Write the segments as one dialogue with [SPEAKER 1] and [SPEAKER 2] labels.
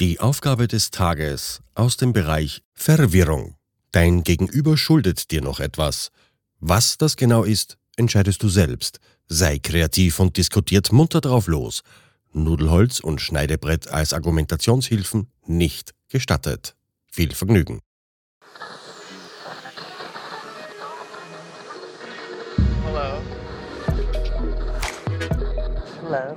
[SPEAKER 1] Die Aufgabe des Tages aus dem Bereich Verwirrung. Dein Gegenüber schuldet dir noch etwas. Was das genau ist, entscheidest du selbst. Sei kreativ und diskutiert munter drauf los. Nudelholz und Schneidebrett als Argumentationshilfen nicht gestattet. Viel Vergnügen.
[SPEAKER 2] Hello. Hello.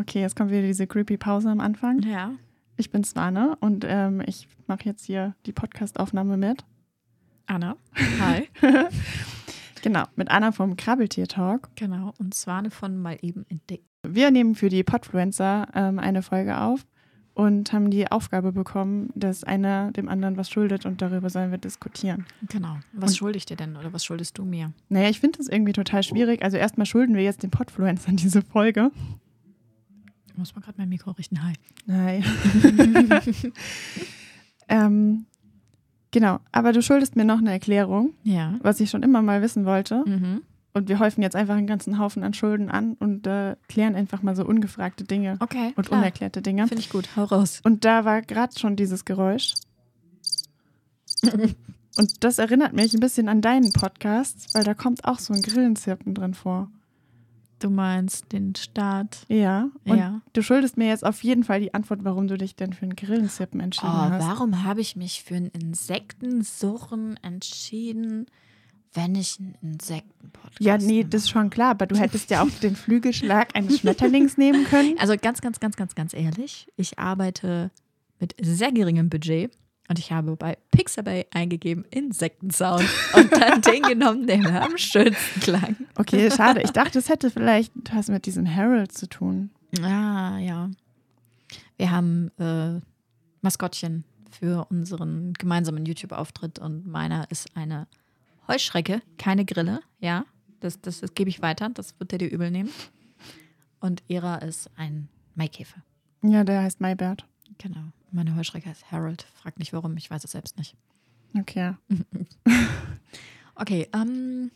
[SPEAKER 3] okay, jetzt kommt wieder diese creepy Pause am Anfang.
[SPEAKER 4] Ja.
[SPEAKER 3] Ich bin Swane und ähm, ich mache jetzt hier die Podcast-Aufnahme mit.
[SPEAKER 4] Anna. Hi.
[SPEAKER 3] Genau, mit Anna vom Krabbeltier-Talk.
[SPEAKER 4] genau. Und Swane von mal eben entdeckt.
[SPEAKER 3] Wir nehmen für die Podfluencer ähm, eine Folge auf und haben die Aufgabe bekommen, dass einer dem anderen was schuldet und darüber sollen wir diskutieren.
[SPEAKER 4] Genau. Was
[SPEAKER 3] Und-
[SPEAKER 4] schulde ich dir denn oder was schuldest du mir?
[SPEAKER 3] Naja, ich finde das irgendwie total schwierig. Also erstmal schulden wir jetzt den Podfluencern diese Folge.
[SPEAKER 4] Ich muss mal gerade mein Mikro richten. Hi.
[SPEAKER 3] Nein. ähm, genau, aber du schuldest mir noch eine Erklärung,
[SPEAKER 4] Ja.
[SPEAKER 3] was ich schon immer mal wissen wollte.
[SPEAKER 4] Mhm.
[SPEAKER 3] Und wir häufen jetzt einfach einen ganzen Haufen an Schulden an und äh, klären einfach mal so ungefragte Dinge
[SPEAKER 4] Okay.
[SPEAKER 3] und
[SPEAKER 4] klar.
[SPEAKER 3] unerklärte Dinge.
[SPEAKER 4] Finde ich gut. Hau raus.
[SPEAKER 3] Und da war gerade schon dieses Geräusch. und das erinnert mich ein bisschen an deinen Podcast, weil da kommt auch so ein Grillenzirpen drin vor.
[SPEAKER 4] Du meinst den Start.
[SPEAKER 3] Ja. Und
[SPEAKER 4] Ja.
[SPEAKER 3] du schuldest mir jetzt auf jeden Fall die Antwort, warum du dich denn für einen Grillenzirpen
[SPEAKER 4] Oh,
[SPEAKER 3] entschieden hast.
[SPEAKER 4] warum habe ich mich für ein Insektensurren entschieden, wenn ich einen Insektenpodcast
[SPEAKER 3] Ja, nee,
[SPEAKER 4] mache?
[SPEAKER 3] das ist schon klar, aber du hättest ja auch den Flügelschlag eines Schmetterlings nehmen können.
[SPEAKER 4] Also ganz, ganz, ganz, ganz, ganz ehrlich, ich arbeite mit sehr geringem Budget und ich habe bei Pixabay eingegeben Insektensound und dann den genommen, der mir am schönsten klang.
[SPEAKER 3] Okay, schade. Ich dachte, es hätte vielleicht was mit diesem Harold zu tun.
[SPEAKER 4] Ah, ja. Wir haben äh, Maskottchen für unseren gemeinsamen YouTube-Auftritt und meiner ist eine Heuschrecke, keine Grille, ja. Das, das, das gebe ich weiter, das wird er dir übel nehmen. Und ihrer ist ein Maikäfer.
[SPEAKER 3] Ja, der heißt Maybert.
[SPEAKER 4] Genau. Meine Heuschrecke heißt Harold. Frag nicht warum, ich weiß es selbst nicht.
[SPEAKER 3] Okay.
[SPEAKER 4] Okay, ähm,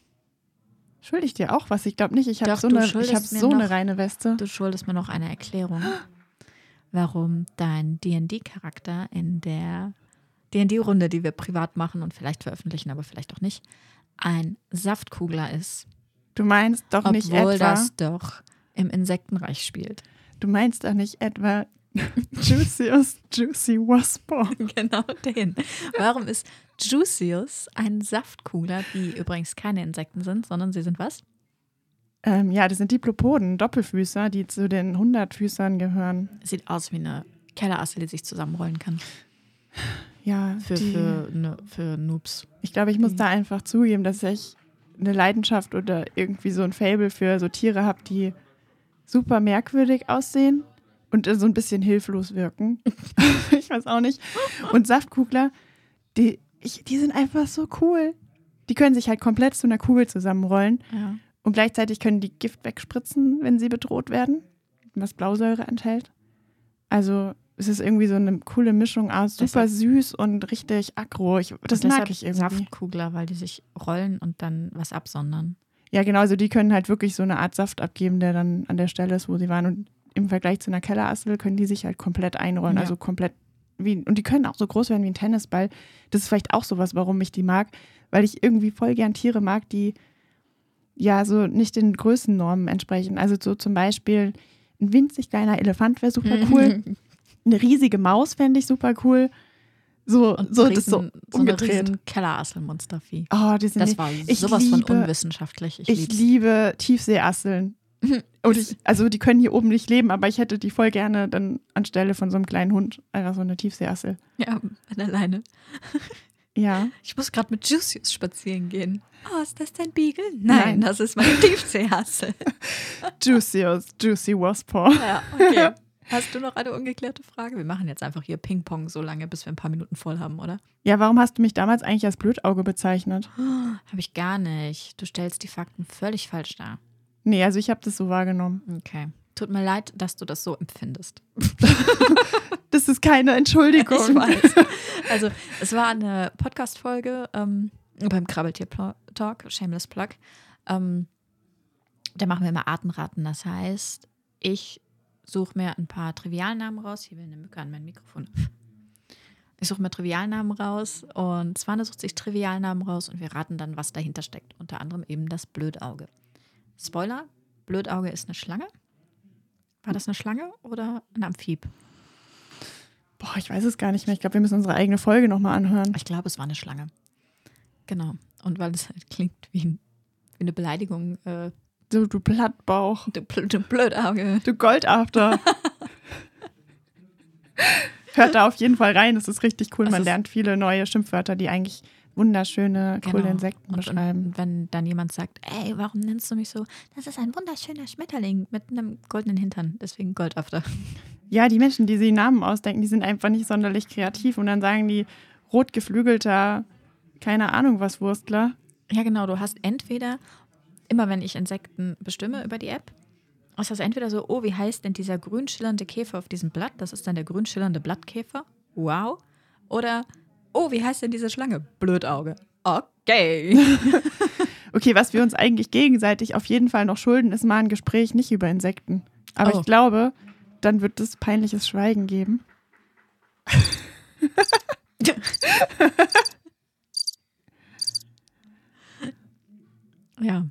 [SPEAKER 3] Schuldig dir auch was? Ich glaube nicht. Ich habe
[SPEAKER 4] Doch,
[SPEAKER 3] so,
[SPEAKER 4] du
[SPEAKER 3] eine,
[SPEAKER 4] schuldest
[SPEAKER 3] ich hab
[SPEAKER 4] mir
[SPEAKER 3] so eine
[SPEAKER 4] noch-
[SPEAKER 3] reine Weste.
[SPEAKER 4] du schuldest mir noch eine Erklärung, warum dein DD-Charakter in der DD-Runde, die wir privat machen und vielleicht veröffentlichen, aber vielleicht auch nicht, ein Saftkugler ist.
[SPEAKER 3] Du meinst doch nicht
[SPEAKER 4] obwohl
[SPEAKER 3] etwa.
[SPEAKER 4] das doch im Insektenreich spielt.
[SPEAKER 3] Du meinst doch nicht etwa Juicius Juicy Waspo.
[SPEAKER 4] Genau den. Warum ist Juicius ein Saftkugler, die übrigens keine Insekten sind, sondern sie sind was?
[SPEAKER 3] Ähm, ja, das sind Diplopoden, Doppelfüßer, die zu den Hundertfüßern gehören.
[SPEAKER 4] Sieht aus wie eine Kellerasse, die sich zusammenrollen kann.
[SPEAKER 3] Ja,
[SPEAKER 4] Für,
[SPEAKER 3] die,
[SPEAKER 4] für, ne, für Noobs.
[SPEAKER 3] ich glaube, ich muss da einfach zugeben, dass ich eine Leidenschaft oder irgendwie so ein Fable für so Tiere habe, die super merkwürdig aussehen und äh, so ein bisschen hilflos wirken. ich weiß auch nicht. Und Saftkugler, die, ich, die sind einfach so cool. Die können sich halt komplett zu einer Kugel zusammenrollen
[SPEAKER 4] Ja.
[SPEAKER 3] und gleichzeitig können die Gift wegspritzen, wenn sie bedroht werden, was Blausäure enthält. Also es ist irgendwie so eine coole Mischung aus super
[SPEAKER 4] Deshalb-
[SPEAKER 3] süß und richtig aggro. Ich, das
[SPEAKER 4] Und
[SPEAKER 3] mag
[SPEAKER 4] deshalb
[SPEAKER 3] ich irgendwie.
[SPEAKER 4] Saftkugler, weil die sich rollen und dann was absondern.
[SPEAKER 3] Ja, genau, also die können halt wirklich so eine Art Saft abgeben, der dann an der Stelle ist, wo sie waren. Und im Vergleich zu einer Kellerassel können die sich halt komplett einrollen.
[SPEAKER 4] Ja.
[SPEAKER 3] Also komplett wie, und die können auch so groß werden wie ein Tennisball. Das ist vielleicht auch sowas, warum ich die mag, weil ich irgendwie voll gern Tiere mag, die ja so nicht den Größennormen entsprechen. Also so zum Beispiel ein winzig kleiner Elefant wäre super
[SPEAKER 4] Mhm.
[SPEAKER 3] cool. Eine riesige Maus fände ich super cool. So,
[SPEAKER 4] Und
[SPEAKER 3] so,
[SPEAKER 4] riesen,
[SPEAKER 3] das so
[SPEAKER 4] so eine
[SPEAKER 3] umgedreht.
[SPEAKER 4] riesen Kellerasselmonstervieh.
[SPEAKER 3] oh, die sind
[SPEAKER 4] Das
[SPEAKER 3] nicht-
[SPEAKER 4] war
[SPEAKER 3] ich
[SPEAKER 4] sowas
[SPEAKER 3] liebe-
[SPEAKER 4] von unwissenschaftlich. Ich,
[SPEAKER 3] Ich
[SPEAKER 4] lieb's.
[SPEAKER 3] liebe Tiefseeasseln. Und ich, also die können hier oben nicht leben, aber ich hätte die voll gerne dann anstelle von so einem kleinen Hund einfach so eine Tiefseeassel.
[SPEAKER 4] Ja, an der Leine.
[SPEAKER 3] Ja.
[SPEAKER 4] Ich muss gerade mit Lucius spazieren gehen. Oh, ist das dein Beagle?
[SPEAKER 3] Nein.
[SPEAKER 4] Nein, das ist meine Tiefseehasse.
[SPEAKER 3] Juicy aus Juicy Waspaw.
[SPEAKER 4] ja, okay. Hast du noch eine ungeklärte Frage? Wir machen jetzt einfach hier Ping-Pong so lange, bis wir ein paar Minuten voll haben, oder?
[SPEAKER 3] Ja, warum hast du mich damals eigentlich als Blödauge bezeichnet?
[SPEAKER 4] Habe ich gar nicht. Du stellst die Fakten völlig falsch dar.
[SPEAKER 3] Nee, also ich habe das so wahrgenommen.
[SPEAKER 4] Okay. Tut mir leid, dass du das so empfindest.
[SPEAKER 3] Das ist keine Entschuldigung.
[SPEAKER 4] Ich weiß. Also, es war eine Podcast-Folge ähm, beim Krabbeltier-Talk, Shameless Plug. Ähm, da machen wir immer Artenraten. Das heißt, ich suche mir ein paar Trivialnamen raus. Hier will eine Mücke an mein Mikrofon. Ich suche mir Trivialnamen raus und Swane sucht sich Trivialnamen raus und wir raten dann, was dahinter steckt. Unter anderem eben das Blödauge. Spoiler: Blödauge ist eine Schlange. War das eine Schlange oder ein Amphib?
[SPEAKER 3] Boah, ich weiß es gar nicht mehr. Ich glaube, wir müssen unsere eigene Folge nochmal anhören.
[SPEAKER 4] Ich glaube, es war eine Schlange. Genau. Und weil es halt klingt wie, ein, wie eine Beleidigung, äh,
[SPEAKER 3] Du, du Blattbauch.
[SPEAKER 4] du, Bl du Blödauge.
[SPEAKER 3] Du Goldafter. Hört da auf jeden Fall rein. Das ist richtig cool.
[SPEAKER 4] Das
[SPEAKER 3] Man
[SPEAKER 4] ist-
[SPEAKER 3] lernt viele neue Schimpfwörter, die eigentlich wunderschöne, coole
[SPEAKER 4] Genau.
[SPEAKER 3] Insekten
[SPEAKER 4] und,
[SPEAKER 3] beschreiben.
[SPEAKER 4] Und wenn dann jemand sagt, ey, warum nennst du mich so? Das ist ein wunderschöner Schmetterling mit einem goldenen Hintern, deswegen Goldafter.
[SPEAKER 3] Ja, die Menschen, die sich Namen ausdenken, die sind einfach nicht sonderlich kreativ. Und dann sagen die rotgeflügelter, keine Ahnung was, Wurstler.
[SPEAKER 4] Ja, genau. Du hast entweder, immer wenn ich Insekten bestimme über die App, ist das entweder so, oh, wie heißt denn dieser grün schillernde Käfer auf diesem Blatt? Das ist dann der grün schillernde Blattkäfer. Wow. Oder, oh, wie heißt denn diese Schlange? Blödauge. Okay.
[SPEAKER 3] Okay, was wir uns eigentlich gegenseitig auf jeden Fall noch schulden, ist mal ein Gespräch nicht über Insekten. Aber
[SPEAKER 4] Oh.
[SPEAKER 3] ich glaube, dann wird es peinliches Schweigen geben.
[SPEAKER 4] ja,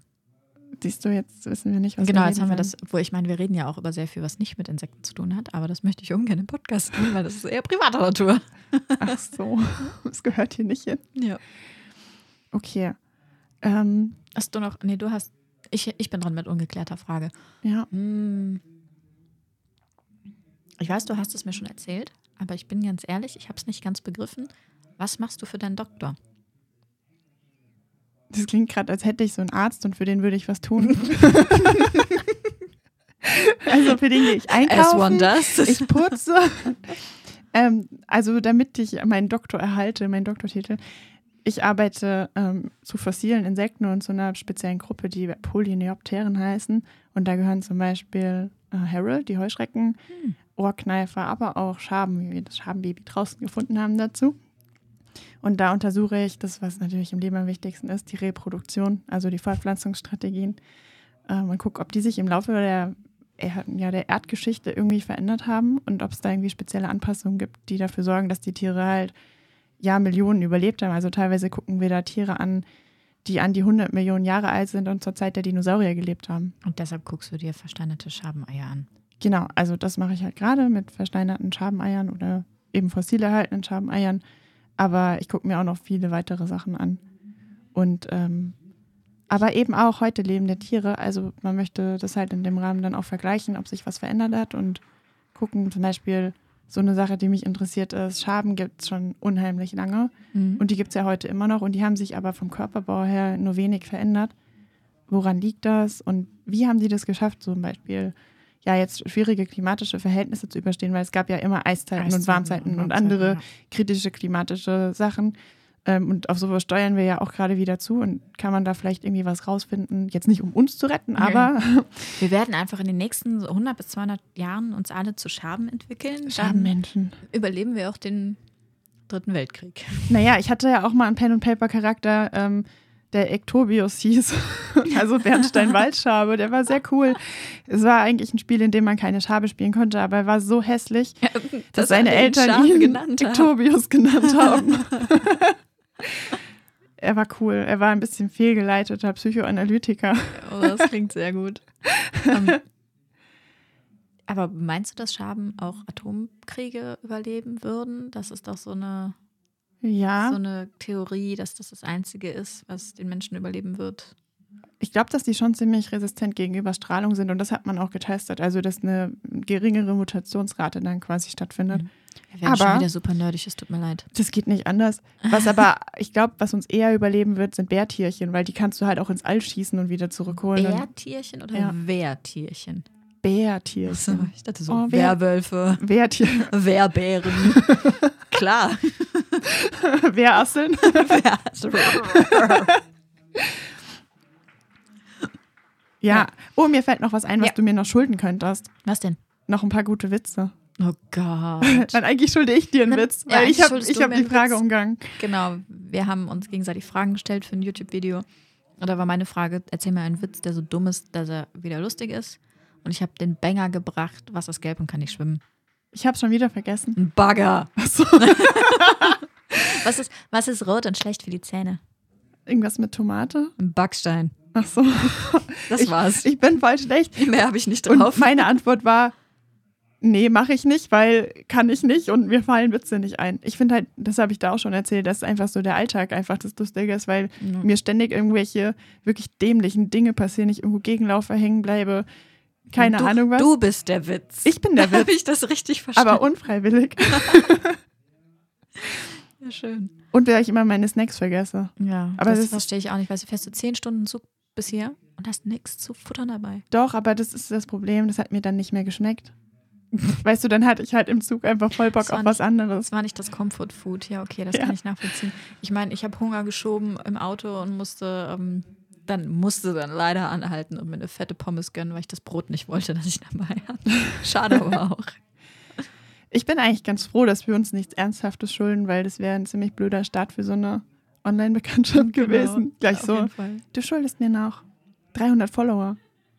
[SPEAKER 3] Siehst du, jetzt wissen wir nicht, was
[SPEAKER 4] genau. Jetzt
[SPEAKER 3] reden
[SPEAKER 4] haben wir
[SPEAKER 3] sollen.
[SPEAKER 4] das, wo ich meine, wir reden ja auch über sehr viel, was nicht mit Insekten zu tun hat, aber das möchte ich ungern im Podcast tun, weil das ist eher privater Natur.
[SPEAKER 3] Ach so, es gehört hier nicht hin.
[SPEAKER 4] Ja.
[SPEAKER 3] Okay. Ähm,
[SPEAKER 4] Hast du noch, nee, du hast, ich, ich bin dran mit ungeklärter Frage.
[SPEAKER 3] ja.
[SPEAKER 4] Hm. Ich weiß, du hast es mir schon erzählt, aber ich bin ganz ehrlich, ich habe es nicht ganz begriffen. Was machst du für deinen Doktor?
[SPEAKER 3] Das klingt gerade, als hätte ich so einen Arzt und für den würde ich was tun. also für den gehe ich einkaufen.
[SPEAKER 4] does.
[SPEAKER 3] Ich putze. ähm, also damit ich meinen Doktor erhalte, meinen Doktortitel. Ich arbeite ähm, zu fossilen Insekten und zu einer speziellen Gruppe, die Polyneopteren heißen. Und da gehören zum Beispiel äh, Harold, die Heuschrecken,
[SPEAKER 4] Hm.
[SPEAKER 3] Ohrkneifer, aber auch Schaben, wie wir das Schabenbaby draußen gefunden haben dazu. Und da untersuche ich das, was natürlich im Leben am wichtigsten ist, die Reproduktion, also die Fortpflanzungsstrategien. Ähm, und gucke, ob die sich im Laufe der, er- ja, der Erdgeschichte irgendwie verändert haben und ob es da irgendwie spezielle Anpassungen gibt, die dafür sorgen, dass die Tiere halt ja Millionen überlebt haben. Also teilweise gucken wir da Tiere an, die an die 100 Millionen Jahre alt sind und zur Zeit der Dinosaurier gelebt haben.
[SPEAKER 4] Und deshalb guckst du dir versteinerte Schabeneier an.
[SPEAKER 3] Genau, also das mache ich halt gerade mit versteinerten Schabeneiern oder eben fossil erhaltenen Schabeneiern. Aber ich gucke mir auch noch viele weitere Sachen an. Und ähm, aber eben auch heute lebende Tiere. Also man möchte das halt in dem Rahmen dann auch vergleichen, ob sich was verändert hat und gucken zum Beispiel so eine Sache, die mich interessiert ist. Schaben gibt es schon unheimlich lange.
[SPEAKER 4] Und
[SPEAKER 3] Mhm. Und die gibt es ja heute immer noch und die haben sich aber vom Körperbau her nur wenig verändert. Woran liegt das und wie haben sie das geschafft, zum Beispiel ja jetzt schwierige klimatische Verhältnisse zu überstehen, weil es gab ja immer Eiszeiten, und Warmzeiten und, andere kritische klimatische Sachen. Ähm, und auf sowas steuern wir ja auch gerade wieder zu und kann man da vielleicht irgendwie was rausfinden, jetzt nicht um uns zu retten,
[SPEAKER 4] Nee.
[SPEAKER 3] aber
[SPEAKER 4] Wir werden einfach in den nächsten so 100 bis 200 Jahren uns alle zu Schaben entwickeln.
[SPEAKER 3] Schabenmenschen.
[SPEAKER 4] Dann überleben wir auch den Dritten Weltkrieg.
[SPEAKER 3] Naja, ich hatte ja auch mal einen Pen-and-Paper-Charakter, ähm, der Ektobius hieß, also Bernstein-Waldschabe, der war sehr cool. Es war eigentlich ein Spiel, in dem man keine Schabe spielen konnte, aber er war so hässlich, dass seine
[SPEAKER 4] alle ihn
[SPEAKER 3] Eltern
[SPEAKER 4] Schaben
[SPEAKER 3] ihn
[SPEAKER 4] genannt haben.
[SPEAKER 3] Ektobius genannt haben. er war cool, er war ein bisschen fehlgeleiteter Psychoanalytiker.
[SPEAKER 4] Oh, das klingt sehr gut. Ähm, aber meinst du, dass Schaben auch Atomkriege überleben würden? Das ist doch so eine,
[SPEAKER 3] Ja,
[SPEAKER 4] so eine Theorie, dass das das Einzige ist, was den Menschen überleben wird.
[SPEAKER 3] ich glaube, dass die schon ziemlich resistent gegenüber Strahlung sind und das hat man auch getestet, also dass eine geringere Mutationsrate dann quasi stattfindet.
[SPEAKER 4] Mhm. Wir werden schon
[SPEAKER 3] Aber-
[SPEAKER 4] wieder super nerdig, es tut mir leid.
[SPEAKER 3] Das geht nicht anders. Was aber, ich glaube, was uns eher überleben wird, sind Bärtierchen, weil die kannst du halt auch ins All schießen und wieder zurückholen. Und
[SPEAKER 4] Bärtierchen oder
[SPEAKER 3] Ja.
[SPEAKER 4] Wehrtierchen? So,
[SPEAKER 3] Bärtierchen.
[SPEAKER 4] ich dachte so,
[SPEAKER 3] Oh, Wehr-
[SPEAKER 4] Werwölfe,
[SPEAKER 3] Wehrtier,
[SPEAKER 4] Wehrbären. Klar.
[SPEAKER 3] Wehrasseln. Ja.
[SPEAKER 4] Ja.
[SPEAKER 3] Oh, mir fällt noch was ein, was
[SPEAKER 4] Ja.
[SPEAKER 3] du mir noch schulden könntest.
[SPEAKER 4] Was denn?
[SPEAKER 3] Noch ein paar gute Witze.
[SPEAKER 4] Oh Gott.
[SPEAKER 3] Nein, eigentlich schulde ich dir einen
[SPEAKER 4] Nein,
[SPEAKER 3] Witz,
[SPEAKER 4] ja,
[SPEAKER 3] weil ich
[SPEAKER 4] eigentlich
[SPEAKER 3] habe
[SPEAKER 4] schuldest
[SPEAKER 3] ich
[SPEAKER 4] du
[SPEAKER 3] hab
[SPEAKER 4] mir
[SPEAKER 3] die
[SPEAKER 4] einen
[SPEAKER 3] Frage
[SPEAKER 4] Witz.
[SPEAKER 3] umgangen.
[SPEAKER 4] Genau, wir haben uns gegenseitig Fragen gestellt für ein YouTube-Video. Und da war meine Frage, erzähl mir einen Witz, der so dumm ist, dass er wieder lustig ist. Und ich habe den Banger gebracht, was ist gelb und kann nicht schwimmen.
[SPEAKER 3] Ich habe schon wieder vergessen.
[SPEAKER 4] Ein Bagger.
[SPEAKER 3] Achso,
[SPEAKER 4] Was ist, was ist rot und schlecht für die Zähne?
[SPEAKER 3] irgendwas mit Tomate?
[SPEAKER 4] Ein Backstein.
[SPEAKER 3] Achso.
[SPEAKER 4] Das
[SPEAKER 3] ich,
[SPEAKER 4] war's.
[SPEAKER 3] Ich bin voll schlecht.
[SPEAKER 4] Mehr habe ich nicht
[SPEAKER 3] Und meine Antwort war, nee, mache ich nicht, weil kann ich nicht und mir fallen Witze nicht ein. Ich finde halt, das habe ich da auch schon erzählt, dass einfach so der Alltag einfach das Lustige ist, weil
[SPEAKER 4] Ja.
[SPEAKER 3] mir ständig irgendwelche wirklich dämlichen Dinge passieren, ich irgendwo gegenlaufe, hängen bleibe, keine
[SPEAKER 4] du,
[SPEAKER 3] Ahnung was.
[SPEAKER 4] Du bist der Witz.
[SPEAKER 3] ich bin der Witz,
[SPEAKER 4] Habe ich das richtig verstanden?
[SPEAKER 3] aber unfreiwillig.
[SPEAKER 4] ja, schön.
[SPEAKER 3] Und weil ich immer meine Snacks vergesse.
[SPEAKER 4] Ja,
[SPEAKER 3] Aber
[SPEAKER 4] aber das,
[SPEAKER 3] das-
[SPEAKER 4] verstehe ich auch nicht. Weißt du, fährst du zehn Stunden Zug bis hier und hast nichts zu futtern dabei.
[SPEAKER 3] Doch, aber das ist das Problem, das hat mir dann nicht mehr geschmeckt. Weißt du, dann hatte ich halt im Zug einfach voll Bock
[SPEAKER 4] Das war
[SPEAKER 3] auf was anderes.
[SPEAKER 4] Das war nicht das Comfort Food. Ja, okay, das
[SPEAKER 3] Ja.
[SPEAKER 4] kann ich nachvollziehen. Ich meine, ich habe Hunger geschoben im Auto und musste ähm, dann musste dann leider anhalten und mir eine fette Pommes gönnen, weil ich das Brot nicht wollte, das ich dabei hatte. Schade aber auch.
[SPEAKER 3] Ich bin eigentlich ganz froh, dass wir uns nichts Ernsthaftes schulden, weil das wäre ein ziemlich blöder Start für so eine Online-Bekanntschaft gewesen.
[SPEAKER 4] Genau.
[SPEAKER 3] Gleich
[SPEAKER 4] Auf
[SPEAKER 3] so.
[SPEAKER 4] jeden Fall.
[SPEAKER 3] Du schuldest mir noch 300 Follower.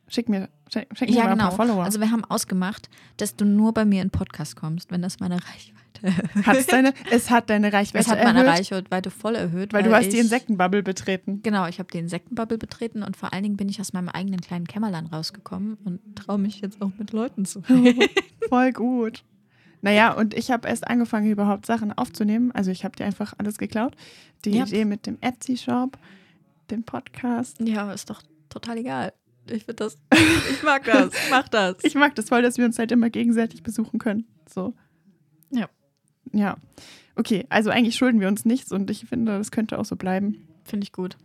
[SPEAKER 3] Schick mir, schick, schick mir
[SPEAKER 4] Ja,
[SPEAKER 3] mal
[SPEAKER 4] genau.
[SPEAKER 3] ein paar Follower.
[SPEAKER 4] Also wir haben ausgemacht, dass du nur bei mir in Podcast kommst, wenn das meine Reichweite
[SPEAKER 3] Hat's deine, es hat deine Reichweite
[SPEAKER 4] Es hat
[SPEAKER 3] erhöht,
[SPEAKER 4] meine Reichweite voll erhöht.
[SPEAKER 3] weil du hast
[SPEAKER 4] ich,
[SPEAKER 3] die Insektenbubble betreten.
[SPEAKER 4] Genau, ich habe die Insektenbubble betreten und vor allen Dingen bin ich aus meinem eigenen kleinen Kämmerlein rausgekommen und traue mich jetzt auch mit Leuten zu reden.
[SPEAKER 3] Voll gut. Naja, und ich habe erst angefangen, überhaupt Sachen aufzunehmen. Also ich habe dir einfach alles geklaut. Die
[SPEAKER 4] Ja.
[SPEAKER 3] Idee mit dem Etsy-Shop, dem Podcast.
[SPEAKER 4] Ja, aber ist doch total egal. Ich finde das, ich mag das, mach das.
[SPEAKER 3] Ich mag das voll, dass wir uns halt immer gegenseitig besuchen können. So.
[SPEAKER 4] Ja.
[SPEAKER 3] Ja. Okay, also eigentlich schulden wir uns nichts und ich finde, das könnte auch so bleiben.
[SPEAKER 4] Finde ich gut.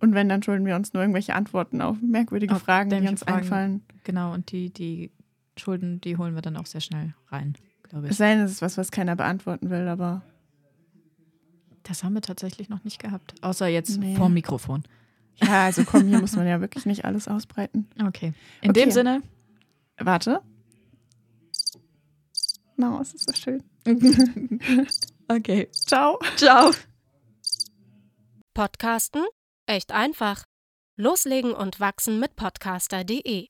[SPEAKER 3] Und wenn, dann schulden wir uns nur irgendwelche Antworten auf merkwürdige
[SPEAKER 4] Auf
[SPEAKER 3] Fragen, die
[SPEAKER 4] dämliche
[SPEAKER 3] uns
[SPEAKER 4] Fragen.
[SPEAKER 3] einfallen.
[SPEAKER 4] Genau, und die, die Schulden, die holen wir dann auch sehr schnell rein, glaube
[SPEAKER 3] Es
[SPEAKER 4] ich.
[SPEAKER 3] sei denn, es ist was, was keiner beantworten will, aber
[SPEAKER 4] Das haben wir tatsächlich noch nicht gehabt. Außer jetzt
[SPEAKER 3] Nee.
[SPEAKER 4] vorm Mikrofon.
[SPEAKER 3] ja, also komm, hier muss man ja wirklich nicht alles ausbreiten.
[SPEAKER 4] Okay. In
[SPEAKER 3] Okay.
[SPEAKER 4] dem Sinne.
[SPEAKER 3] Warte. Na, es ist so schön.
[SPEAKER 4] okay.
[SPEAKER 3] Ciao.
[SPEAKER 4] Ciao.
[SPEAKER 5] Podcasten? Echt einfach. Loslegen und wachsen mit podcaster.de